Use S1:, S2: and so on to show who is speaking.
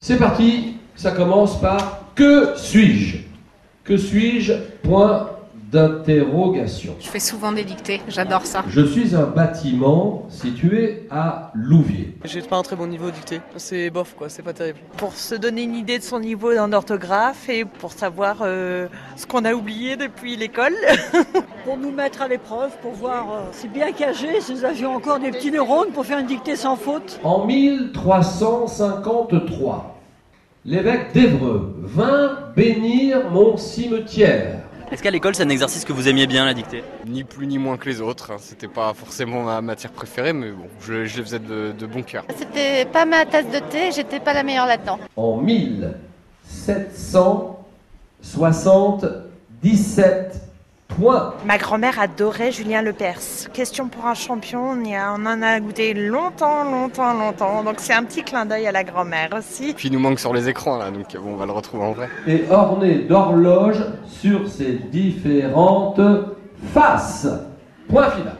S1: C'est parti, ça commence par que suis-je Que suis-je Point d'interrogation.
S2: Je fais souvent des dictées, j'adore ça.
S1: Je suis un bâtiment situé à Louviers.
S3: J'ai pas un très bon niveau dicté. C'est bof, quoi, c'est pas terrible.
S4: Pour se donner une idée de son niveau en orthographe et pour savoir euh, ce qu'on a oublié depuis l'école.
S5: pour nous mettre à l'épreuve, pour voir euh, si bien cagé, si nous avions encore des petits neurones pour faire une dictée sans faute.
S1: En 1353, l'évêque d'Évreux vint bénir mon cimetière.
S6: Est-ce qu'à l'école, c'est un exercice que vous aimiez bien, la dictée
S7: Ni plus ni moins que les autres. hein. C'était pas forcément ma matière préférée, mais bon, je, je le faisais de, de bon cœur.
S8: C'était pas ma tasse de thé, j'étais pas la meilleure là-dedans.
S1: En 1777, point
S4: Ma grand-mère adorait Julien Lepers. Question pour un champion, on, y a- on en a goûté longtemps, longtemps, longtemps. Donc c'est un petit clin d'œil à la grand-mère aussi.
S7: Puis il nous manque sur les écrans, là, donc bon, on va le retrouver en vrai.
S1: et orné d'horloges sur ses différentes faces. Point final.